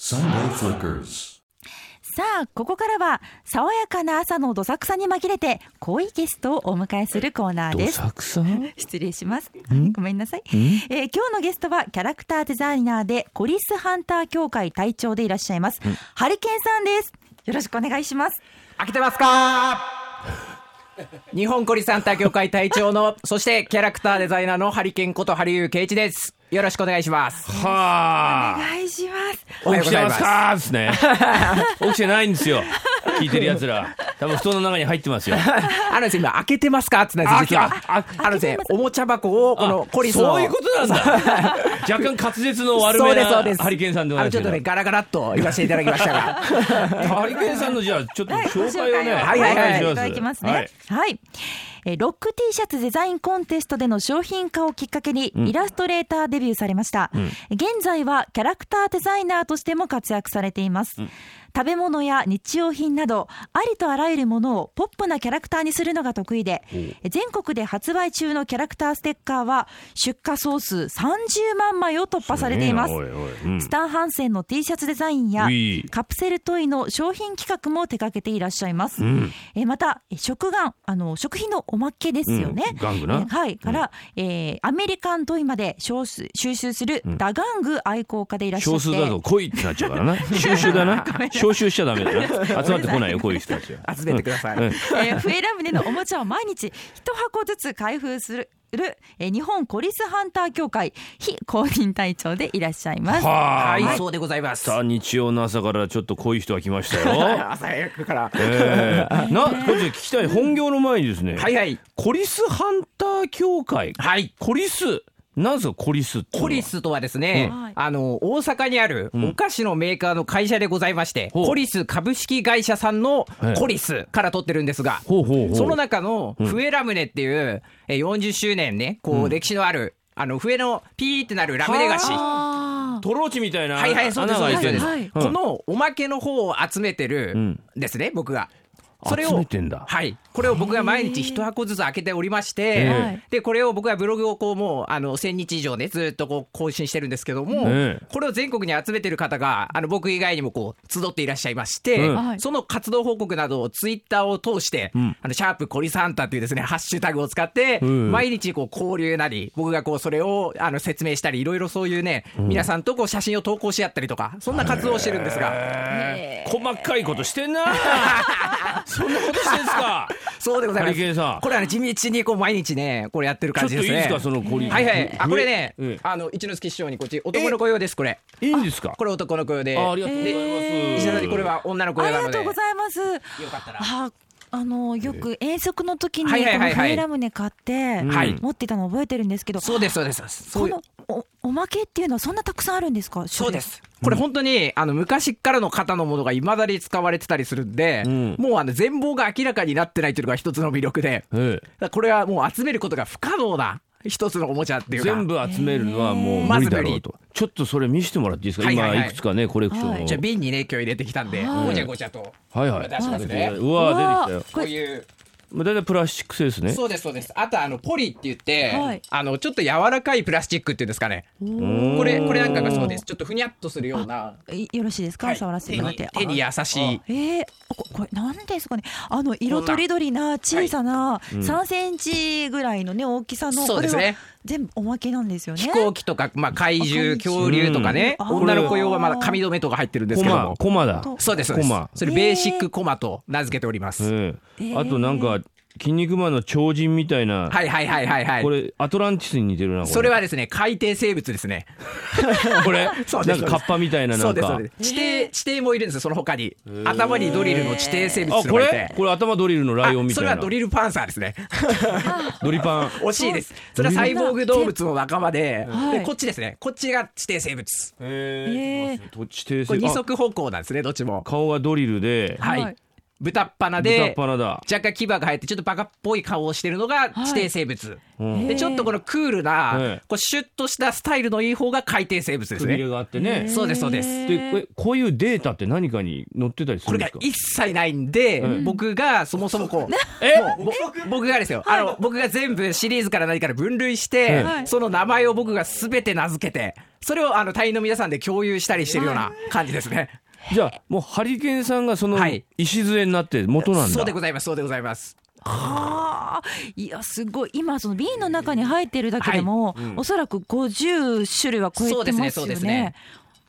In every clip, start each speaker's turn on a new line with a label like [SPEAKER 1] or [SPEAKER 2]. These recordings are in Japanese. [SPEAKER 1] Sunday Flickers.
[SPEAKER 2] さあ、ここからは、爽やかな朝のどさくさに紛れて、濃いゲストをお迎えするコーナー
[SPEAKER 3] ど
[SPEAKER 2] です。
[SPEAKER 3] さくさん
[SPEAKER 2] 失礼します
[SPEAKER 3] ん。
[SPEAKER 2] ごめんなさい。えー今日のゲストは、キャラクターデザイナーで、コリスハンター協会隊長でいらっしゃいます、ハリケンさんです。よろしくお願いします。
[SPEAKER 4] 飽きてますか日本コリサンタ協会隊長の、そしてキャラクターデザイナーのハリケンことハリウーケイチです。よろしくお願いします。
[SPEAKER 2] お
[SPEAKER 3] は
[SPEAKER 2] 願いします。
[SPEAKER 4] おは
[SPEAKER 3] あ
[SPEAKER 4] よ
[SPEAKER 3] 起
[SPEAKER 4] うござ
[SPEAKER 3] きて
[SPEAKER 4] いま
[SPEAKER 3] ますすかーですね起きてないんですよ聞いてる奴ら多分布団の中に入ってますよ
[SPEAKER 4] あのですね、今、開けてますかってなんです、実は。
[SPEAKER 3] あ
[SPEAKER 4] あのですね、おもちゃ箱を、このコリスの。
[SPEAKER 3] そういうことなんだ若干滑舌の悪
[SPEAKER 4] そう
[SPEAKER 3] め
[SPEAKER 4] です、
[SPEAKER 3] な
[SPEAKER 4] そうです。
[SPEAKER 3] ハリケンさんでご
[SPEAKER 4] あ
[SPEAKER 3] ざ
[SPEAKER 4] の
[SPEAKER 3] いま
[SPEAKER 4] ちょっ
[SPEAKER 3] す
[SPEAKER 4] と
[SPEAKER 3] けど
[SPEAKER 4] ね、ガラガラっと言わせていただきましたが。
[SPEAKER 3] ハリケンさんのじゃあちょっと紹介をね、
[SPEAKER 2] はい、
[SPEAKER 4] い
[SPEAKER 2] は
[SPEAKER 4] はいい
[SPEAKER 2] は、
[SPEAKER 4] はいい
[SPEAKER 2] いただきますね。はい、えーロック T シャツデザインコンテストでの商品化をきっかけに、イラストレーターデビューされました、現在はキャラクターデザイナーとしても活躍されています。食べ物や日用品など、ありとあらゆるものをポップなキャラクターにするのが得意で、全国で発売中のキャラクターステッカーは、出荷総数30万枚を突破されています。
[SPEAKER 3] おいおいうん
[SPEAKER 2] スタン・ハンセンの T シャツデザインや
[SPEAKER 3] うい
[SPEAKER 2] カプセルトイの商品企画も手掛けていらっしゃいます。えーまたえー食玩あの食品のおまけですよね。
[SPEAKER 3] うん玩具な
[SPEAKER 2] えーはいから、えーアメリカントイまで少数収集するダガング愛好家でいらっしゃって。
[SPEAKER 3] 少数だぞ恋ってなっちゃうからな収集だな招集しちゃダメだな集まってこないよこういう人たちは
[SPEAKER 4] 集めてくださ
[SPEAKER 2] え
[SPEAKER 4] い。
[SPEAKER 2] ー笛ラムネのおもちゃを毎日 一箱ずつ開封する。えー日本コリスハンター協会非公認隊長でいらっしゃいます。
[SPEAKER 3] は
[SPEAKER 4] は
[SPEAKER 3] ーい、
[SPEAKER 4] い、そうでございます。
[SPEAKER 3] さあ日曜の朝からちょっと濃い人が来ましたよ。
[SPEAKER 4] 朝早くから。
[SPEAKER 3] えー、なこれじゃ聞きたい本業の前にですね、
[SPEAKER 4] はいはい。
[SPEAKER 3] コリスハンター協会、
[SPEAKER 4] はい。
[SPEAKER 3] コリスなんですかコリスっていうのは
[SPEAKER 4] コリスとはですね、
[SPEAKER 2] うん
[SPEAKER 4] あの大阪にあるお菓子のメーカーの会社でございまして、
[SPEAKER 3] ほう
[SPEAKER 4] コリス株式会社さんの
[SPEAKER 3] ええ
[SPEAKER 4] コリスから取ってるんですが、
[SPEAKER 3] ほうほうほう
[SPEAKER 4] その中の笛ラムネっていう、えー40周年ね、こう歴史のある、あの笛のピーってなるラムネ菓子。は
[SPEAKER 2] あ
[SPEAKER 3] トローチみたいな穴
[SPEAKER 4] いはい、そうです、
[SPEAKER 3] 穴
[SPEAKER 4] そ
[SPEAKER 3] が
[SPEAKER 4] うで
[SPEAKER 3] 開
[SPEAKER 4] す、
[SPEAKER 3] いて
[SPEAKER 4] そう
[SPEAKER 3] る
[SPEAKER 4] です。
[SPEAKER 2] はいはい
[SPEAKER 4] このおまけの方を集めてる
[SPEAKER 3] ん
[SPEAKER 4] ですね、僕が。
[SPEAKER 3] 集めてんだ
[SPEAKER 4] はい、これを僕が毎日一箱ずつ開けておりまして、
[SPEAKER 2] え
[SPEAKER 4] でこれを僕はブログをこうもうあの1000日以上ねずっとこう更新してるんですけども、
[SPEAKER 3] ええ
[SPEAKER 4] これを全国に集めてる方があの僕以外にもこう集っていらっしゃいまして、
[SPEAKER 3] うん
[SPEAKER 2] はい
[SPEAKER 4] その活動報告などをツイッターを通して「あのシャープコリサンタ」というですねハッシュタグを使って、
[SPEAKER 3] ん
[SPEAKER 4] 毎日こう交流なり僕がこうそれをあの説明したりいろいろそういうね、皆さんとこう写真を投稿し合ったりとかそんな活動をしてるんですが。
[SPEAKER 3] えー細かいことして んなそんなことしてんすか
[SPEAKER 4] そうでございます。
[SPEAKER 3] ハリケーンさん
[SPEAKER 4] これはね地道にこう毎日ね、これやってる
[SPEAKER 3] ち
[SPEAKER 4] 感
[SPEAKER 3] ょっと
[SPEAKER 4] じ
[SPEAKER 3] い
[SPEAKER 4] で
[SPEAKER 3] い
[SPEAKER 4] すね。
[SPEAKER 3] ですかそのコリ
[SPEAKER 4] はいはい。あこれね
[SPEAKER 3] ええ、
[SPEAKER 4] あの一之輔師匠にこっち男の子用ですこれ。
[SPEAKER 3] いいんですか
[SPEAKER 4] これ男の子用で。
[SPEAKER 3] あありがとうございます、
[SPEAKER 4] 石田さんにこれは女の子用
[SPEAKER 2] あり
[SPEAKER 4] な
[SPEAKER 2] が
[SPEAKER 4] ので。
[SPEAKER 2] とうございます。
[SPEAKER 4] よかったら。
[SPEAKER 2] ああのよく遠足の時にこ
[SPEAKER 4] はいはいは
[SPEAKER 2] の
[SPEAKER 4] いはい
[SPEAKER 2] 笛ラムネ買って
[SPEAKER 4] はい
[SPEAKER 2] 持ってたの覚えてるんですけど、
[SPEAKER 4] そうですそうですそうです。そ
[SPEAKER 2] こ
[SPEAKER 4] ういう
[SPEAKER 2] のおおまけっていうのはそんなたくさんあるんですか？
[SPEAKER 4] そうです。これ本当に、あの昔からの型のものがいまだに使われてたりするんで、
[SPEAKER 3] ん
[SPEAKER 4] もうあの全貌が明らかになってないというのが一つの魅力で、
[SPEAKER 3] え
[SPEAKER 4] だからこれはもう集めることが不可能な一つのおもちゃって
[SPEAKER 3] え
[SPEAKER 4] いうか。
[SPEAKER 3] 全部集めるのはもう無理だろうと、ちょっとそれ見せてもらっていいですか、
[SPEAKER 4] はいはいはい
[SPEAKER 3] 今いくつかねコレクションを、
[SPEAKER 4] じゃあ瓶にね今日入れてきたんで、
[SPEAKER 2] はい
[SPEAKER 4] ごちゃごちゃと。
[SPEAKER 3] はいはい。
[SPEAKER 4] 出しますね
[SPEAKER 3] うわ
[SPEAKER 2] うわ
[SPEAKER 3] 出てき
[SPEAKER 2] こ
[SPEAKER 4] こ
[SPEAKER 2] れ
[SPEAKER 4] ういう。
[SPEAKER 3] たよ。だいたいプラスチック製ですね。
[SPEAKER 4] そうですそうです。あとあのポリって言って、
[SPEAKER 2] はい
[SPEAKER 4] あのちょっと柔らかいプラスチックっていうんですかね。これこれなんかがそうです。ちょっとふにゃっとするような。
[SPEAKER 2] いよろしいですか？
[SPEAKER 4] はい
[SPEAKER 2] 触らせてもらって。
[SPEAKER 4] 手に手に優しい。
[SPEAKER 2] あえー、ここれなんですかね。あの色とりどりな小さな3センチぐらいのね大きさの
[SPEAKER 4] そうです
[SPEAKER 2] こ
[SPEAKER 4] ね
[SPEAKER 2] れは全部おまけなんですよね。
[SPEAKER 4] 飛行機とか、まあ、怪獣、恐竜とかね、
[SPEAKER 2] うん
[SPEAKER 4] 女の子用はまだ髪留めとか入ってるんです
[SPEAKER 3] コ
[SPEAKER 4] けど
[SPEAKER 3] マ
[SPEAKER 4] も、。
[SPEAKER 3] コマだ。
[SPEAKER 4] そうです、そう
[SPEAKER 3] コ
[SPEAKER 4] です
[SPEAKER 3] マ。。
[SPEAKER 4] それ、ベーシックコマと名付けております。
[SPEAKER 3] ええ。あとなんか筋肉マンの超人みたいな。
[SPEAKER 4] はいはいはいはいはい。
[SPEAKER 3] これアトランティスに似てるな。これ
[SPEAKER 4] それはですね、海底生物ですね。
[SPEAKER 3] これ
[SPEAKER 4] そうで
[SPEAKER 3] な
[SPEAKER 4] す
[SPEAKER 3] んかカッパみたいな
[SPEAKER 4] そ
[SPEAKER 3] な
[SPEAKER 4] うんです、そ
[SPEAKER 3] か
[SPEAKER 4] う。です。地底、地底もいるんですよ、その他に。頭にドリルの地底生物
[SPEAKER 3] あ
[SPEAKER 4] っていうの
[SPEAKER 3] こ
[SPEAKER 4] がいて。
[SPEAKER 3] れこれ頭ドリルのライオンみ
[SPEAKER 4] あそ
[SPEAKER 3] た
[SPEAKER 4] れ
[SPEAKER 3] いな。
[SPEAKER 4] はドリルパンサーですね。
[SPEAKER 3] ドリパン。
[SPEAKER 4] 惜しいです。それはサイボーグ動物の仲間で、
[SPEAKER 2] はい
[SPEAKER 4] でこっちですね。こっちが地底生物。
[SPEAKER 3] え
[SPEAKER 2] ええ
[SPEAKER 3] え。どっち定
[SPEAKER 4] これ
[SPEAKER 3] 性。
[SPEAKER 4] 二
[SPEAKER 3] あ
[SPEAKER 4] 足歩行なんですね、どっちも。
[SPEAKER 3] 顔がドリルで。
[SPEAKER 4] はい。豚っ鼻
[SPEAKER 3] 豚
[SPEAKER 4] で
[SPEAKER 3] っ鼻だ
[SPEAKER 4] 若干牙が生えてちょっとバカっぽい顔をしてるのが地底生物、
[SPEAKER 3] うん
[SPEAKER 2] へー
[SPEAKER 4] でちょっとこのクール
[SPEAKER 3] ええ
[SPEAKER 4] なこうシュッとしたスタイルのいい方が海底生物です
[SPEAKER 3] くびれ
[SPEAKER 4] ね
[SPEAKER 3] があってね
[SPEAKER 4] そうですそうです
[SPEAKER 3] でえこういうデータって何かに載ってたりす
[SPEAKER 4] こ
[SPEAKER 3] る
[SPEAKER 4] れ
[SPEAKER 3] んで
[SPEAKER 4] が
[SPEAKER 3] すか
[SPEAKER 4] 一切ないんで、僕がそもそもこう、
[SPEAKER 3] え
[SPEAKER 4] もうぼ僕がですよ、あの僕が全部シリーズから何から分類し
[SPEAKER 3] え
[SPEAKER 4] て、
[SPEAKER 3] え
[SPEAKER 2] はい
[SPEAKER 4] その名前を僕が全て名付けてそれをあの隊員の皆さんで共有したりしてるような感じですね。
[SPEAKER 3] じゃあもうハリケーンさんがその
[SPEAKER 4] はい
[SPEAKER 3] 礎になって元なんだ、
[SPEAKER 4] そうでございますそうでございます。
[SPEAKER 2] はあ、いやすごい今その瓶の中に入ってるだけでも、おそらく50種類は超えてます
[SPEAKER 4] そ
[SPEAKER 2] よ
[SPEAKER 4] うで
[SPEAKER 2] ね
[SPEAKER 4] すねそうですね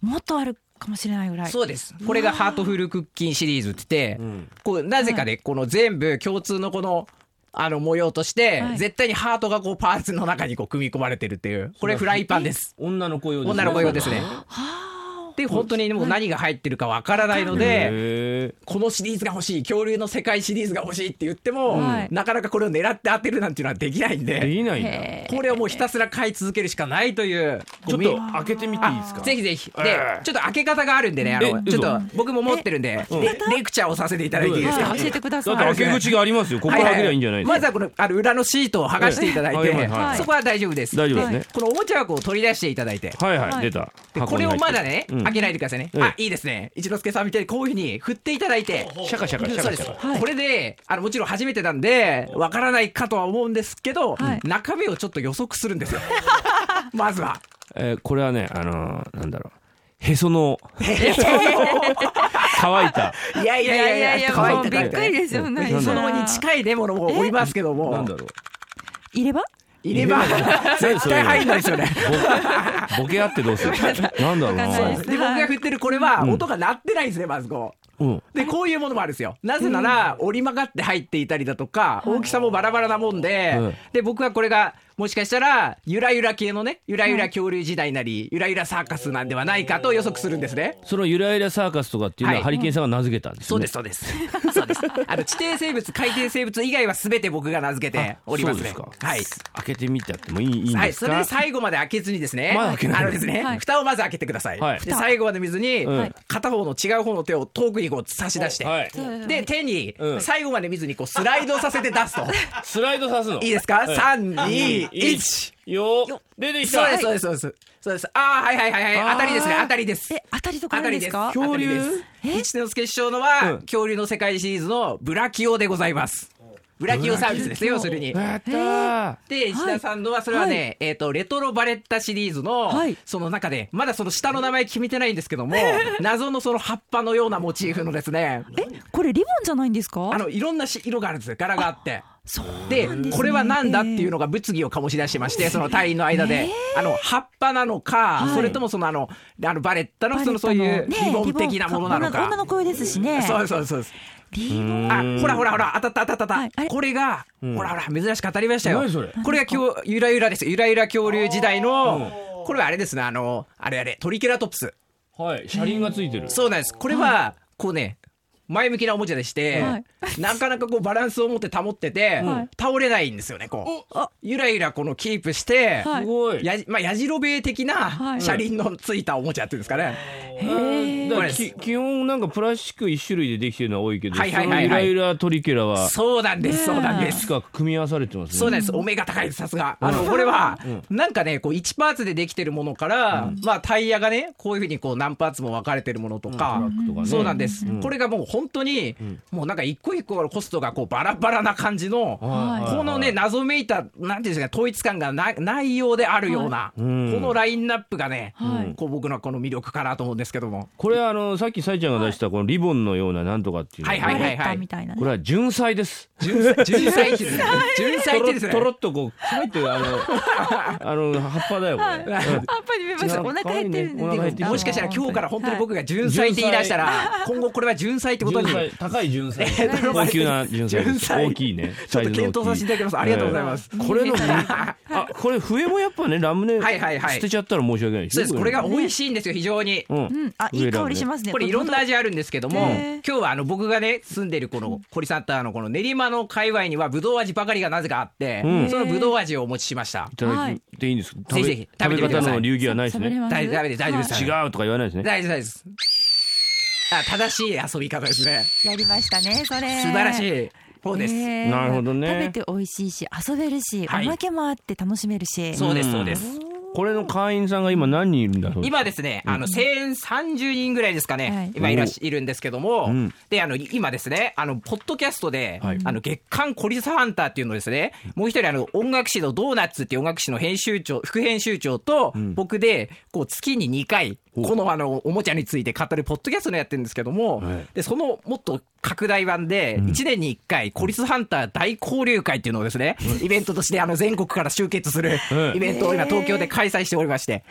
[SPEAKER 2] もっとあるかもしれないぐらい
[SPEAKER 4] そうですこれがハートフルクッキンシリーズって言って、こうなぜかねこの全部共通のこのあの模様として、
[SPEAKER 2] はい
[SPEAKER 4] 絶対にハートがこうパーツの中にこう組み込まれてるっていうこれフライパンです。
[SPEAKER 3] 女の子用です、
[SPEAKER 4] 女の子用ですね。で本当にもう何が入ってるかわからないので。
[SPEAKER 3] へ
[SPEAKER 4] このシリーズが欲しい恐竜の世界シリーズが欲しいって言っても、
[SPEAKER 2] はい
[SPEAKER 4] なかなかこれを狙って当てるなんていうのはできないん
[SPEAKER 3] えで
[SPEAKER 4] で
[SPEAKER 3] きないんだ
[SPEAKER 2] へえ
[SPEAKER 4] これをもうひたすら買い続けるしかないという
[SPEAKER 3] ちょっと開けてみていいですか
[SPEAKER 4] ぜひぜひで、
[SPEAKER 3] ええ
[SPEAKER 4] ちょっと開け方があるんでねあの
[SPEAKER 3] え
[SPEAKER 4] ちょっと僕も持ってるんで
[SPEAKER 3] え
[SPEAKER 4] レレクチャーをさせていただいていいですか、
[SPEAKER 2] は教えてください
[SPEAKER 3] だって開け口がありますよここ
[SPEAKER 4] はい
[SPEAKER 3] から
[SPEAKER 4] はい
[SPEAKER 3] 開けりゃいいんじゃないですか、
[SPEAKER 4] まずはこのあの裏のシートを剥がしていただい
[SPEAKER 3] ええ
[SPEAKER 4] て、
[SPEAKER 3] はいはい
[SPEAKER 2] はい
[SPEAKER 4] そこは大丈夫です
[SPEAKER 3] 大丈夫ですね
[SPEAKER 4] でこのおもちゃ箱を取り出していただいて
[SPEAKER 3] はいはい、
[SPEAKER 2] はい
[SPEAKER 3] 出た
[SPEAKER 4] でこれをまだね、
[SPEAKER 3] うん
[SPEAKER 4] 開けないでくださいね、
[SPEAKER 3] ええ
[SPEAKER 4] あいいですね一之輔さんみたいにこういうふうに振っていただいて
[SPEAKER 3] シャカシャカシャ
[SPEAKER 4] そう
[SPEAKER 3] カ
[SPEAKER 4] で
[SPEAKER 3] シ
[SPEAKER 4] す
[SPEAKER 3] ャカ
[SPEAKER 2] はい
[SPEAKER 4] これであのもちろん初めてなんでわからないかとは思うんですけど、
[SPEAKER 2] はい
[SPEAKER 4] 中身をちょっと予測するん ですよまずは
[SPEAKER 3] えーこれはねあのーなんだろうへその乾い た
[SPEAKER 4] いやい
[SPEAKER 2] いやい
[SPEAKER 4] やいや
[SPEAKER 2] やい
[SPEAKER 4] いや
[SPEAKER 2] やいや
[SPEAKER 4] 乾い
[SPEAKER 2] もう
[SPEAKER 4] て
[SPEAKER 2] び
[SPEAKER 4] た
[SPEAKER 2] っくりですよね
[SPEAKER 3] なんだ
[SPEAKER 4] そのに近いねものもおりますけども
[SPEAKER 3] なんだろう
[SPEAKER 2] いれば
[SPEAKER 4] 入れ歯絶対入んないですよね
[SPEAKER 3] ボボケあってどうするなんだろう
[SPEAKER 2] わかん
[SPEAKER 3] な
[SPEAKER 2] ない
[SPEAKER 4] で僕が振ってるこれは音が鳴ってないんですねまずこう。
[SPEAKER 3] うん
[SPEAKER 4] でこういうものもあるんですよなぜなら折り曲がって入っていたりだとか大きさもバラバラなもんで、
[SPEAKER 3] うん
[SPEAKER 4] で僕はこれがもしかしたらゆらゆら系のねゆらゆら恐竜時代なりゆらゆらサーカスなんではないかと予測するんですね。
[SPEAKER 3] そのゆらゆらサーカスとかっていうの
[SPEAKER 4] は
[SPEAKER 3] は
[SPEAKER 4] い
[SPEAKER 3] ハリケーンさんが名付けたんです、ね
[SPEAKER 4] そうですそうです そうですあの地底生物海底生物以外は全て僕が名付けておりますね
[SPEAKER 3] そうですか
[SPEAKER 4] はい
[SPEAKER 3] 開けてみてやってもいいいいん
[SPEAKER 4] は
[SPEAKER 3] で
[SPEAKER 4] い、
[SPEAKER 3] す
[SPEAKER 4] そ
[SPEAKER 3] か、
[SPEAKER 4] れで最後まで開けずにですね、
[SPEAKER 3] まだ開けない
[SPEAKER 4] あのですね、
[SPEAKER 2] はい
[SPEAKER 4] 蓋をまず開けてください、
[SPEAKER 3] はい
[SPEAKER 4] で最後まで見ずに、
[SPEAKER 3] うん
[SPEAKER 4] 片方の違う方の手を遠くにこう差し出して、
[SPEAKER 3] はい
[SPEAKER 4] で手に
[SPEAKER 3] うん
[SPEAKER 4] 最後まで見ずにこうスライドさせて出 すと、
[SPEAKER 3] スライドさすの
[SPEAKER 4] いいですか、
[SPEAKER 3] はい
[SPEAKER 4] 321
[SPEAKER 3] よ出てき
[SPEAKER 4] そうで
[SPEAKER 3] た
[SPEAKER 4] すそうですそうですそうですああはいはいはい
[SPEAKER 3] あー
[SPEAKER 4] はい当たりですね当たりです
[SPEAKER 2] え当たりとか
[SPEAKER 4] 当
[SPEAKER 2] あ
[SPEAKER 4] た
[SPEAKER 2] るん
[SPEAKER 4] り
[SPEAKER 2] で
[SPEAKER 4] ですす
[SPEAKER 2] か
[SPEAKER 3] 恐竜
[SPEAKER 4] 当たりです一之輔師匠のは、
[SPEAKER 3] うん
[SPEAKER 4] 恐竜の世界シリーズのブラキオでございますブラキオサービスですね要するに
[SPEAKER 3] やったー
[SPEAKER 4] で石田さんのはそれはね、
[SPEAKER 2] は
[SPEAKER 4] えっ、とレトロバレッタシリーズの、
[SPEAKER 2] はい
[SPEAKER 4] その中でまだその下の名前決めてないんですけども 謎のその葉っぱのようなモチーフのですね
[SPEAKER 2] えこれリボンじゃないんですか
[SPEAKER 4] あのいろんなし色があるんですよ柄があって。
[SPEAKER 2] そう
[SPEAKER 4] で
[SPEAKER 2] なんすね
[SPEAKER 4] これは何だっていうのが物議を醸し出してましてその隊員の間で、あの葉っぱなのか、
[SPEAKER 2] はい
[SPEAKER 4] それともそのあのあのバレッタのそのそう
[SPEAKER 2] バ
[SPEAKER 4] い
[SPEAKER 2] レッ
[SPEAKER 4] う
[SPEAKER 2] トのね
[SPEAKER 4] リボン的なものなの
[SPEAKER 2] リボン
[SPEAKER 4] か。
[SPEAKER 2] 女の声ですしね
[SPEAKER 4] そうですそうですそうです
[SPEAKER 2] リボン
[SPEAKER 4] あほらほらほら当たった当たった当
[SPEAKER 2] は
[SPEAKER 4] た
[SPEAKER 2] い
[SPEAKER 4] っ
[SPEAKER 2] あれ
[SPEAKER 4] たこれが、ほらほら珍しく当たりましたよ
[SPEAKER 3] 何それ
[SPEAKER 4] これがきょうゆらゆらですゆらゆら恐竜時代のこれはあれですねあのあれあれトリケラトプス
[SPEAKER 3] はい車輪がついてる
[SPEAKER 4] そうなんですこれはこうね前向きなおもちゃでして、
[SPEAKER 2] はい
[SPEAKER 4] なかなかこうバランスを持って保ってて、
[SPEAKER 2] はい
[SPEAKER 4] 倒れないんですよねこう
[SPEAKER 2] あ
[SPEAKER 4] ゆらゆらこのキープして、
[SPEAKER 2] はい
[SPEAKER 3] すごい
[SPEAKER 4] やじまあ、やじろべえ的
[SPEAKER 2] は
[SPEAKER 4] ない車輪のついたおもちゃっていうんですかね、
[SPEAKER 2] へえ
[SPEAKER 3] だ
[SPEAKER 4] こ
[SPEAKER 3] か
[SPEAKER 4] れ
[SPEAKER 3] ら
[SPEAKER 4] です
[SPEAKER 3] き基本なんかプラスチック一種類でできてるのは多いけど、
[SPEAKER 4] はいはいはいはい
[SPEAKER 3] そのゆらゆらトリケラは
[SPEAKER 4] そうなんですそうなん
[SPEAKER 3] い
[SPEAKER 4] で
[SPEAKER 3] く
[SPEAKER 4] す
[SPEAKER 3] つか組み合わされてますね
[SPEAKER 4] そうなんです、お目が高いです、さすが。あの、これは、なんかね、こう、1パーツでできてるものから、まあ、タイヤがね、こういうふうに、こう、何パーツも分かれてるものとか、
[SPEAKER 3] うんトラックとかね
[SPEAKER 4] そうなんです、これがもう本当に、もうなんか一個一個のコストが、こう、バラバラな感じの、
[SPEAKER 3] はい
[SPEAKER 2] はい
[SPEAKER 4] このね、謎めいた、なんていうんですかね、統一感がなないようであるような、
[SPEAKER 3] ん
[SPEAKER 4] このラインナップがね、
[SPEAKER 2] はい
[SPEAKER 4] こう、僕のこの魅力かなと思うんですけども。
[SPEAKER 3] これあのさっきさえちゃんが出したこのリボンのようななんとかっていうの
[SPEAKER 4] はい
[SPEAKER 2] バ
[SPEAKER 4] はい
[SPEAKER 2] レッタみたいなね
[SPEAKER 3] これは純菜です
[SPEAKER 4] 純才、純才ってですね、 純才ってですね
[SPEAKER 3] とろっとこう入ってる あのあの葉っぱだよこれ、
[SPEAKER 2] やっぱり見えましたお腹減ってるんで
[SPEAKER 3] お腹減ってる
[SPEAKER 4] もしかしたら今日から本当に僕が純
[SPEAKER 3] 才
[SPEAKER 4] 才って言い出したら、今後これは純才ってことに。
[SPEAKER 3] 純菜高い 純菜
[SPEAKER 4] えー
[SPEAKER 3] 高級な純菜で
[SPEAKER 4] 純
[SPEAKER 3] す
[SPEAKER 4] 菜
[SPEAKER 3] 大きいね
[SPEAKER 4] ちょっと検討させていただきますありがとうございます
[SPEAKER 3] えーこれの あこれ笛もやっぱねラムネ
[SPEAKER 4] はいはいはい
[SPEAKER 3] 捨てちゃったら申し訳ない
[SPEAKER 4] そうです。これが
[SPEAKER 3] う
[SPEAKER 4] 美味しいんですよ、非常に。
[SPEAKER 2] うん
[SPEAKER 3] ん
[SPEAKER 2] あいい香りしますね
[SPEAKER 4] これいろんな味あるんですけども、
[SPEAKER 2] へー
[SPEAKER 4] 今日はあの僕がね住んでるこのコリサンターのこの練馬の界隈にはぶどう味ばかりがなぜかあって、
[SPEAKER 3] うん
[SPEAKER 4] そのぶどう味をお持ちしました
[SPEAKER 3] い。ただいていいんですか
[SPEAKER 4] ぜひぜひ
[SPEAKER 3] 食
[SPEAKER 4] 食べ
[SPEAKER 3] べ
[SPEAKER 4] てみてください
[SPEAKER 3] 食べ方の流儀はないですね
[SPEAKER 2] 食べれます
[SPEAKER 4] 大丈夫です大丈夫です
[SPEAKER 3] 違うとか言わないですね
[SPEAKER 4] 大丈夫です。あ正しい遊び方ですね。
[SPEAKER 2] やりましたね、それ。
[SPEAKER 4] 素晴らし
[SPEAKER 2] い。
[SPEAKER 4] い方です。
[SPEAKER 3] なるほどね
[SPEAKER 2] 食べて美味しいし、遊べるし、
[SPEAKER 4] はい
[SPEAKER 2] おまけもあって楽しめるし。
[SPEAKER 4] そうですそうです。
[SPEAKER 3] これの会員さんが今何人いるんだそうです
[SPEAKER 4] 今ですね、あの1030人ぐらいですかね、
[SPEAKER 2] はい
[SPEAKER 4] 今いらしいるんですけども、
[SPEAKER 3] ん
[SPEAKER 4] であの今ですね、あのポッドキャストで、
[SPEAKER 3] はい
[SPEAKER 4] あの月刊コリスハンターっていうのをですね、もう一人あの音楽誌のドーナツっていう音楽誌の編集長、副編集長と僕で、こう月に2回、このあのおもちゃについて語るポッドキャストのやってるんですけども、
[SPEAKER 3] はい
[SPEAKER 4] でそのもっと拡大版で、1年に1回、コリスハンター大交流会っていうのをですね、イベントとしてあの全国から集結する
[SPEAKER 3] うん
[SPEAKER 4] イベントを今、東京で開催しておりまして。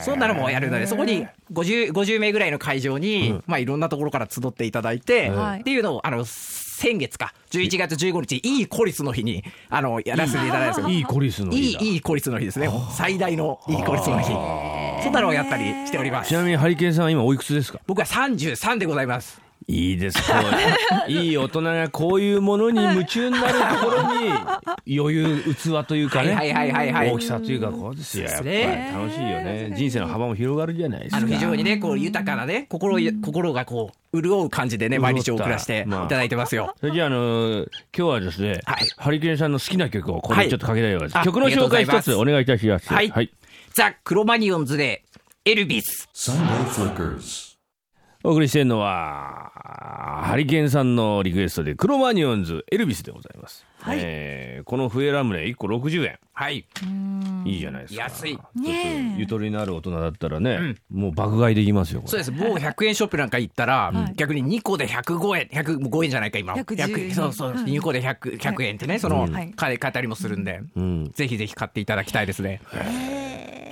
[SPEAKER 4] そんなのもやるので、そこに 50, 50名ぐらいの会場に、まあ、いろんなところから集っていただいて、
[SPEAKER 2] はい
[SPEAKER 4] っていうのを、あの、先月か、11月15日、いい孤立の日に、あの、やらせていただいたんですよ。
[SPEAKER 3] いいコリスの
[SPEAKER 4] い
[SPEAKER 3] 日だ
[SPEAKER 4] い、いい孤立の日ですね。最大のいい孤立の日。そんなのをやったりしておりま
[SPEAKER 3] ち
[SPEAKER 4] す
[SPEAKER 3] な。みにハリケーンさんは今おいくつですか
[SPEAKER 4] 僕は33でございます。
[SPEAKER 3] いいですこう いい大人がこういうものに夢中になるところに 余裕器というかね
[SPEAKER 4] はいはいはいはいはい
[SPEAKER 3] 大きさというかこうですよやっぱり
[SPEAKER 4] ですね
[SPEAKER 3] 楽しいよね人生の幅も広がるじゃないです
[SPEAKER 4] あ
[SPEAKER 3] か
[SPEAKER 4] の、非常にね、こう、豊かなね、心い、心がこう、潤う感じでね、毎日を暮らしていただいてますよ。
[SPEAKER 3] それじゃあ、あのー今日はですね、
[SPEAKER 4] はい
[SPEAKER 3] ハリケーンさんの好きな曲をこ
[SPEAKER 4] は
[SPEAKER 3] れ
[SPEAKER 4] い
[SPEAKER 3] ちょっとかけたいようです、
[SPEAKER 4] あ
[SPEAKER 3] 曲の紹介
[SPEAKER 4] ありがとう
[SPEAKER 3] 一
[SPEAKER 4] ござ
[SPEAKER 3] つ
[SPEAKER 4] います
[SPEAKER 3] お願いいたします
[SPEAKER 4] はいザ・クロマニオンズで、エルビス。
[SPEAKER 1] Sunday Flickers.
[SPEAKER 3] お送りしてるのはハリケーンさんのリクエストでクロマニオンズエルビスでございます、
[SPEAKER 2] はい
[SPEAKER 3] えーこの笛ラムネ1個60円
[SPEAKER 4] はい。
[SPEAKER 3] いいじゃないですか
[SPEAKER 4] 安い。
[SPEAKER 2] ねえ
[SPEAKER 3] ゆとりのある大人だったらね、もう爆買いできますよこ
[SPEAKER 4] そうで
[SPEAKER 3] れ
[SPEAKER 4] す。某100円ショップなんか行ったら、
[SPEAKER 2] はい
[SPEAKER 4] 逆に2個で105円、105円じゃないか今。
[SPEAKER 2] 110円
[SPEAKER 4] そうそう。
[SPEAKER 2] うん
[SPEAKER 4] 2個で100、100円ってね、そ
[SPEAKER 2] は
[SPEAKER 4] の、
[SPEAKER 2] い
[SPEAKER 4] 買え買えたりもするんで、
[SPEAKER 3] ん
[SPEAKER 4] ぜひぜひ買っていただきたいですね。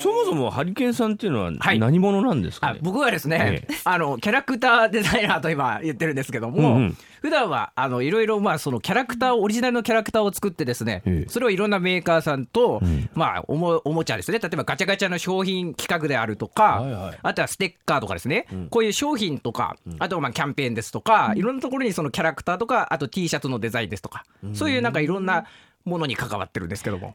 [SPEAKER 3] そもそもハリケーンさんっていうのは
[SPEAKER 4] はい
[SPEAKER 3] 何者なんですか
[SPEAKER 4] あ
[SPEAKER 3] ね、
[SPEAKER 4] 僕はですね、あの、キャラクターデザイナーと今言ってるんですけども、
[SPEAKER 3] うんうん
[SPEAKER 4] 普段は、あの、いろいろ、まあ、そのキャラクターを、オリジナルのキャラクターを作ってですね
[SPEAKER 3] ええ、
[SPEAKER 4] それをいろんなメーカーさんと、まあ、おも、おもちゃですね、例えばガチャガチャの商品企画であるとか、
[SPEAKER 3] はいはい
[SPEAKER 4] あとはステッカーとかですね、こういう商品とか、あとはまあキャンペーンですとか、いろんなところにそのキャラクターとか、あと T シャツのデザインですとか、そういうなんかいろんなものに関わってるんですけども、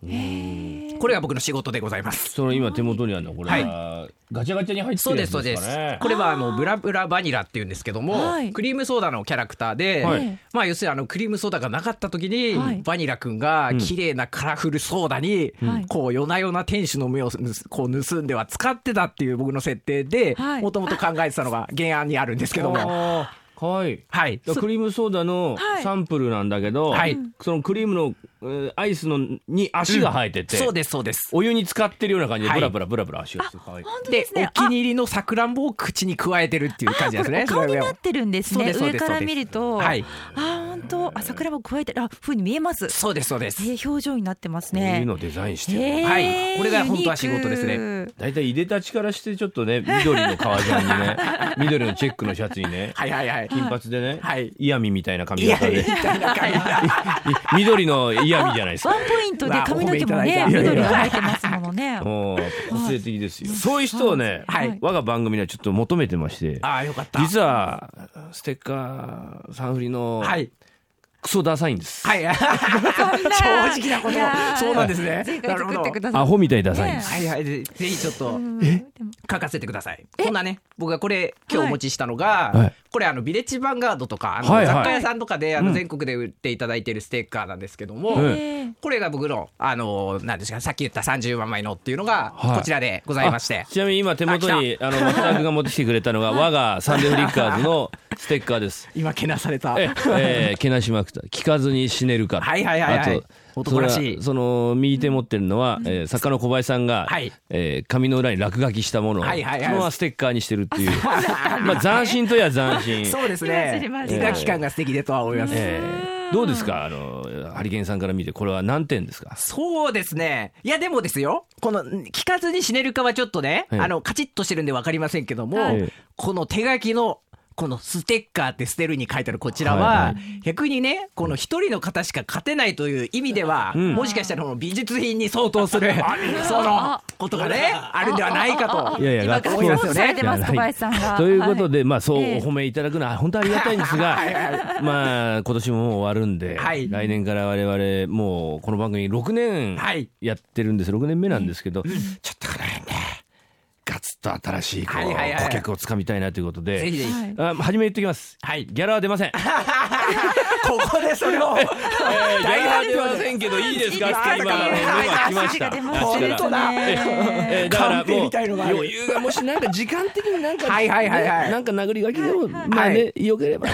[SPEAKER 4] これが僕の仕事でございます。
[SPEAKER 3] その今手元にあるのはこれは、ガチャガチャに入って
[SPEAKER 4] そう
[SPEAKER 3] る
[SPEAKER 4] で
[SPEAKER 3] や
[SPEAKER 4] す
[SPEAKER 3] つ
[SPEAKER 4] そうで
[SPEAKER 3] です
[SPEAKER 4] す
[SPEAKER 3] かね。
[SPEAKER 4] これはあのブラブラバニラっていうんですけども、
[SPEAKER 2] はい
[SPEAKER 4] クリームソーダのキャラクターで、
[SPEAKER 3] はい
[SPEAKER 4] まあ要するにあのクリームソーダがなかった時に、
[SPEAKER 2] はい
[SPEAKER 4] バニラくんが綺麗なカラフルソーダに、
[SPEAKER 2] はい
[SPEAKER 4] こう夜な夜な店主の目を盗こう盗んでは使ってたっていう僕の設定で
[SPEAKER 2] はい
[SPEAKER 4] もともと考えてたのが原案にあるんですけども。
[SPEAKER 3] あーかわいい
[SPEAKER 4] はい、
[SPEAKER 3] だからクリームソーダの
[SPEAKER 2] はい
[SPEAKER 3] サンプルなんだけど、
[SPEAKER 4] はい
[SPEAKER 3] そのクリームの、えーアイスのに足が生えてて、
[SPEAKER 4] そうですそうです
[SPEAKER 3] お湯に浸ってるような感じで
[SPEAKER 4] は
[SPEAKER 3] ブ
[SPEAKER 4] い
[SPEAKER 3] ラブラブラブラ足がしてかわいい
[SPEAKER 2] 本当
[SPEAKER 4] で
[SPEAKER 2] ですね。
[SPEAKER 4] お気に入りのさくらんぼを口に加えてるっていう感じ
[SPEAKER 2] あこ
[SPEAKER 4] です
[SPEAKER 2] れ
[SPEAKER 4] ね
[SPEAKER 2] お顔に
[SPEAKER 4] それを
[SPEAKER 2] なってるんですね。上
[SPEAKER 4] そうですそうです
[SPEAKER 2] から見ると、
[SPEAKER 4] はい
[SPEAKER 2] あ本当、あ桜も加えてるあ風に見えます。
[SPEAKER 4] そうですそうです
[SPEAKER 2] えー表情になってます
[SPEAKER 3] こういう
[SPEAKER 2] ね。
[SPEAKER 3] のデザインしてる、
[SPEAKER 2] え
[SPEAKER 4] はいこれが本当は仕事ですね
[SPEAKER 2] ね。
[SPEAKER 3] だいたいいでたちからしてちょっとね緑の革ジャンに ね緑のチェックのシャツにね
[SPEAKER 4] はいはいはい
[SPEAKER 3] 金髪でね、
[SPEAKER 4] はい
[SPEAKER 3] イヤミみたいな髪
[SPEAKER 4] いや
[SPEAKER 3] 型
[SPEAKER 4] いや
[SPEAKER 3] で
[SPEAKER 4] みたいな感じだ
[SPEAKER 3] い 緑のイヤミじゃないです
[SPEAKER 2] ワ
[SPEAKER 3] か
[SPEAKER 2] ンポイントで髪の毛も
[SPEAKER 4] うわ
[SPEAKER 2] ね
[SPEAKER 4] お褒めいただいた
[SPEAKER 2] 緑が入ってますものね。
[SPEAKER 3] もう個性的ですよそういう人をね、
[SPEAKER 4] はい
[SPEAKER 3] 我が番組にはちょっと求めてまして
[SPEAKER 4] ああよかった
[SPEAKER 3] 実はステッカーサンフリの
[SPEAKER 4] はい
[SPEAKER 3] クソダサいんです、
[SPEAKER 4] はい。正直なこと
[SPEAKER 2] いやー
[SPEAKER 4] そうなんですね
[SPEAKER 2] ぜひ
[SPEAKER 4] なるほ
[SPEAKER 2] 作って
[SPEAKER 4] ど
[SPEAKER 2] ください。
[SPEAKER 3] アホみたいにダサいんです、
[SPEAKER 4] はいはいでぜひちょっと
[SPEAKER 2] でも
[SPEAKER 4] 書かせてくださいこんなね僕がこれ今日お持ちしたのが、
[SPEAKER 3] はい
[SPEAKER 4] これあのビレッジヴァンガードとかあの
[SPEAKER 3] はいはい
[SPEAKER 4] 雑貨屋さんとかであの全国で売っていただいているステッカーなんですけども、
[SPEAKER 3] うん
[SPEAKER 2] えー
[SPEAKER 4] これが僕のあのなんですかさっき言った30万枚のっていうのが
[SPEAKER 3] はい
[SPEAKER 4] こちらでございまして、
[SPEAKER 3] あちなみに今手元にあの松田君が持ってきてくれたの が我がサンデーフリッカーズのステッカーです。
[SPEAKER 4] 今けなされた
[SPEAKER 3] ええー、けなしまくった聞かずに死ねるか
[SPEAKER 4] はいはいはいはい
[SPEAKER 3] あと
[SPEAKER 4] 男らしい
[SPEAKER 3] それはその右手持ってるのは、えー作家の小林さんが、
[SPEAKER 4] はい
[SPEAKER 3] えー紙の裏に落書きしたものを、
[SPEAKER 4] はいはいはい
[SPEAKER 3] そのままステッカーにしてるっ ていうまあ斬新といえば斬新、
[SPEAKER 4] そうです
[SPEAKER 2] 知り
[SPEAKER 4] ね
[SPEAKER 2] ました
[SPEAKER 4] 手書き感が素敵でとは思います、
[SPEAKER 3] えーどうですかあのハリケーンさんから見てこれは何点ですか
[SPEAKER 4] そうですね。いや、でもですよ。この、ん聞かずに死ねるかはちょっとね、
[SPEAKER 3] ええ
[SPEAKER 4] あの、カチッとしてるんでわかりませんけども、
[SPEAKER 3] はい
[SPEAKER 4] この手書きの、このステッカーって捨てるに書いてあるこちらは、
[SPEAKER 3] はいは
[SPEAKER 4] 逆にね、この一人の方しか勝てないという意味では、
[SPEAKER 3] ん
[SPEAKER 4] もしかしたらこの美術品に相当する、その、ことがね、あるんではないかと。
[SPEAKER 3] いやいや
[SPEAKER 2] 今
[SPEAKER 3] 学
[SPEAKER 2] ガ
[SPEAKER 3] 校
[SPEAKER 2] ッ
[SPEAKER 4] 思い
[SPEAKER 2] ツポー
[SPEAKER 4] ます
[SPEAKER 2] ズさ
[SPEAKER 4] よ
[SPEAKER 2] れ
[SPEAKER 4] ね
[SPEAKER 2] て。ます
[SPEAKER 3] はい
[SPEAKER 2] 小林さんが。
[SPEAKER 3] ということで、まあ、そうお
[SPEAKER 2] ええ
[SPEAKER 3] 褒めいただくのは本当ありがたいんですが、まあ、今年ももう終わるんで、
[SPEAKER 4] はい
[SPEAKER 3] 来年から我々、もうこの番組6年
[SPEAKER 4] はい
[SPEAKER 3] やってるんです、6年目なんですけど、ちょっとこの辺で、ガツょっと新しいこう
[SPEAKER 4] はいはいはい
[SPEAKER 3] 顧客をつかみたいなということ
[SPEAKER 4] ぜひ
[SPEAKER 3] で
[SPEAKER 4] ぜひ、
[SPEAKER 2] はい
[SPEAKER 3] あ初め言ってきます
[SPEAKER 4] はい
[SPEAKER 3] ギャラは出ません
[SPEAKER 4] ここでそれを
[SPEAKER 3] ギャラは出ませんけどいいですか
[SPEAKER 2] いいですか
[SPEAKER 3] って今
[SPEAKER 2] はい
[SPEAKER 3] 目が来まし
[SPEAKER 2] 足が
[SPEAKER 3] た
[SPEAKER 2] 出ました
[SPEAKER 3] 足か
[SPEAKER 4] 本
[SPEAKER 3] ら
[SPEAKER 4] 当だ
[SPEAKER 3] えーだから
[SPEAKER 4] カンペ
[SPEAKER 3] もう
[SPEAKER 4] みたいのがある
[SPEAKER 3] 余裕がもしなんか時間的になんか
[SPEAKER 4] はいはいはいはい
[SPEAKER 3] ねなんか殴り書きでもまあね良ければね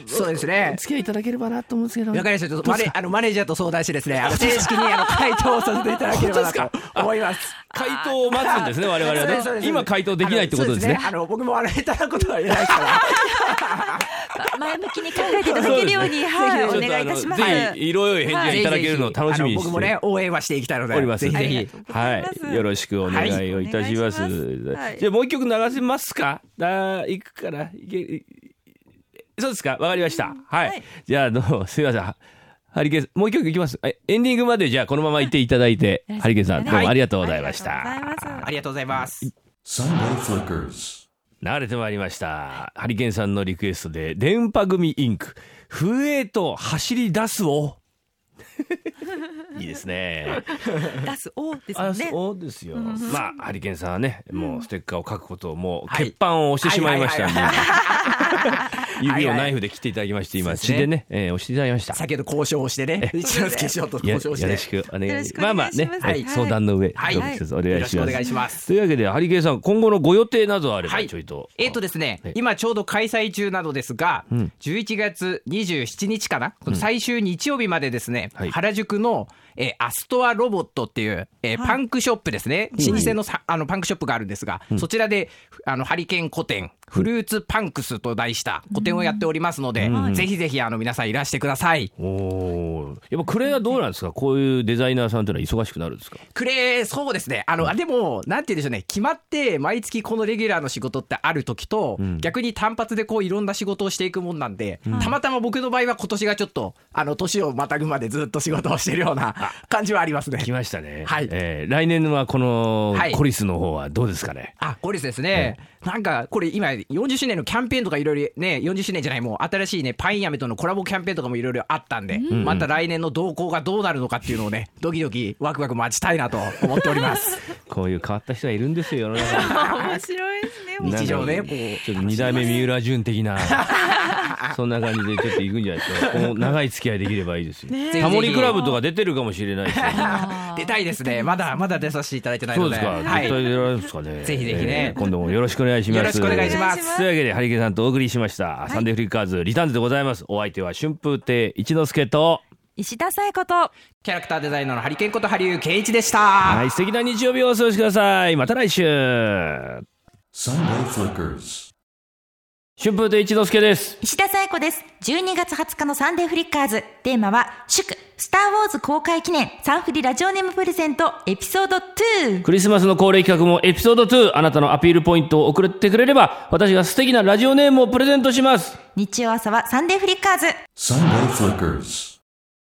[SPEAKER 4] そうですね
[SPEAKER 3] お付き合いいただければなと思うんですけど
[SPEAKER 4] わかりましたちょっとマネ あのマネージャーと相談してですねあの正式にあの回答をさせていただければなと思います
[SPEAKER 3] 回答を待つんですね我々
[SPEAKER 4] そ
[SPEAKER 3] は
[SPEAKER 4] うですそうで
[SPEAKER 3] ね
[SPEAKER 4] す
[SPEAKER 3] 今回答できないってことですね
[SPEAKER 4] あのそうあの僕も笑いただくことは言えないですから
[SPEAKER 2] 前向きに考えていただけるように、はい、
[SPEAKER 3] ちょ
[SPEAKER 2] お
[SPEAKER 3] っと
[SPEAKER 2] 願いいたします。
[SPEAKER 3] あのぜひいろいろ返事をいただけるのを楽しみに
[SPEAKER 4] あの僕
[SPEAKER 3] し
[SPEAKER 4] も
[SPEAKER 3] て
[SPEAKER 4] ね応援はしていきたいので
[SPEAKER 3] おります
[SPEAKER 4] ぜ
[SPEAKER 3] ん
[SPEAKER 4] ひ
[SPEAKER 3] で
[SPEAKER 4] ぜ
[SPEAKER 2] は
[SPEAKER 4] ひ
[SPEAKER 2] い
[SPEAKER 3] は
[SPEAKER 2] ありがとうございます
[SPEAKER 3] いよろしくお願いをいたします,、
[SPEAKER 2] はいお願いしますはい
[SPEAKER 3] じゃあもう一曲流せますかあー行くからいけいそうですかわかりました、はい、
[SPEAKER 2] はい
[SPEAKER 3] じゃあどうもすいませんハリケーンもう一曲いきますえエンディングまでじゃあこのまま行っていただいて
[SPEAKER 2] はい
[SPEAKER 3] ハリケーンさんどう
[SPEAKER 4] はい
[SPEAKER 3] もありがとうございました、
[SPEAKER 2] ありがとうございます
[SPEAKER 4] ありがとうございます。
[SPEAKER 1] Sunday Flickers.
[SPEAKER 3] 慣れてまいりました。ハリケーンさんのリクエストで、電波組インク、笛と走り出すを。いいですね。
[SPEAKER 2] 出すおです
[SPEAKER 3] あ
[SPEAKER 2] よね。
[SPEAKER 3] そうですよ。まあ、ハリケーンさんはね、もうステッカーを書くことをもう、
[SPEAKER 4] はい
[SPEAKER 3] 欠板を押してしまいましたんで
[SPEAKER 4] はいは。
[SPEAKER 3] 指をナイフで切っていただきまして、今、
[SPEAKER 4] そうです
[SPEAKER 3] 血
[SPEAKER 4] ね
[SPEAKER 3] でね、えー押していただきました。
[SPEAKER 4] 先ほど交渉をしてね、一之輔師匠と交
[SPEAKER 3] やよ
[SPEAKER 4] 渉
[SPEAKER 3] ろ
[SPEAKER 4] をして
[SPEAKER 3] し。くお願い
[SPEAKER 2] よろ
[SPEAKER 3] し
[SPEAKER 2] しくお願いしま
[SPEAKER 3] ます。
[SPEAKER 2] す
[SPEAKER 3] まあまあね、は、
[SPEAKER 2] はいい
[SPEAKER 3] 相談の上、
[SPEAKER 4] はい
[SPEAKER 3] どうぞ一つお願いし
[SPEAKER 4] よろしく
[SPEAKER 3] ま。
[SPEAKER 4] お願いしますす
[SPEAKER 3] というわけで、ハリケーンさん、今後のご予定などあれ
[SPEAKER 4] は
[SPEAKER 3] ば、
[SPEAKER 4] い
[SPEAKER 3] ちょいと。
[SPEAKER 4] えっ、とですね、
[SPEAKER 3] はい
[SPEAKER 4] 今ちょうど開催中なのですが、
[SPEAKER 3] ん
[SPEAKER 4] 11月27日かな、この最終日曜日までですね、
[SPEAKER 3] はい
[SPEAKER 4] 原宿の、えーアストアロボットっていう、えー
[SPEAKER 2] はい
[SPEAKER 4] パンクショップですね、老舗のさあのパンクショップがあるんですが、そちらであのハリケーン個展、フルーツパンクスと題した個展をやっておりますので、ぜひぜひあの皆さんいらしてください。
[SPEAKER 3] おお、やっぱクレはどうなんですか、こういうデザイナーさんというのは忙しくなるんですか。
[SPEAKER 4] クレー、そうですね。あの、あでも、なんて言うんでしょうね。決まって、毎月このレギュラーの仕事ってある時と、逆に単発でこう、いろんな仕事をしていくもんなんで、たまたま僕の場合は今年がちょっと、あの、年をまたぐまでずっと仕事をしてるような感じはありますね。
[SPEAKER 3] 来ましたね。
[SPEAKER 4] はい
[SPEAKER 3] えー来年はこの
[SPEAKER 4] はい
[SPEAKER 3] コリスの方はどうですかね。
[SPEAKER 4] あ、ゴリスですね。なんか、これ今、40周年のキャンペーンとかいろいろね、40周年じゃない、もう新しいね、パインアメとのコラボキャンペーンとかもいろいろあったんで、また来年の動向がどうなるのかっていうのをね、ドキドキワクワク待ちたいなと思っており ます。
[SPEAKER 3] こういう変わった人はいるんですよ。世の中に
[SPEAKER 2] 面白いですね。
[SPEAKER 4] 日常ね
[SPEAKER 3] なんか
[SPEAKER 4] こう
[SPEAKER 3] ちょっと二代目三浦淳的 な。そんな感じでちょっと行くんじゃないですか。この長い付き合いできればいいですよ。
[SPEAKER 4] え
[SPEAKER 3] タモリクラブとか出てるかもしれないですよ。
[SPEAKER 4] 出たいですね。まだまだ出させていただいてない
[SPEAKER 3] そ
[SPEAKER 4] の
[SPEAKER 3] う
[SPEAKER 4] で。
[SPEAKER 3] ですか。絶
[SPEAKER 4] は
[SPEAKER 3] 対
[SPEAKER 4] い。
[SPEAKER 3] 出られますかね。
[SPEAKER 4] ぜひぜひね
[SPEAKER 3] えー今度もよろしくお願いします。
[SPEAKER 4] よろしくお願いします
[SPEAKER 3] というわけでハリケーンさんとお送りしました、サンデーフリッカーズリターンズでございます。お相手は春風亭一之輔と。
[SPEAKER 2] 石田紗友子と。
[SPEAKER 4] キャラクターデザイナーのハリケンことハリウケイイチでした。
[SPEAKER 3] はい、素敵な日曜日をお過ごしください。また来週。
[SPEAKER 1] Sunday Flickers.
[SPEAKER 3] 春風亭一之輔です。
[SPEAKER 2] 石田紗友子です。12月20日のサンデーフリッカーズ。テーマは、祝、スターウォーズ公開記念、サンフリラジオネームプレゼント、エピソード2。
[SPEAKER 3] クリスマスの恒例企画もエピソード2、あなたのアピールポイントを送ってくれれば、私が素敵なラジオネームをプレゼントします。
[SPEAKER 2] 日曜朝はサンデーフリッカーズ。
[SPEAKER 1] Sunday Flickers.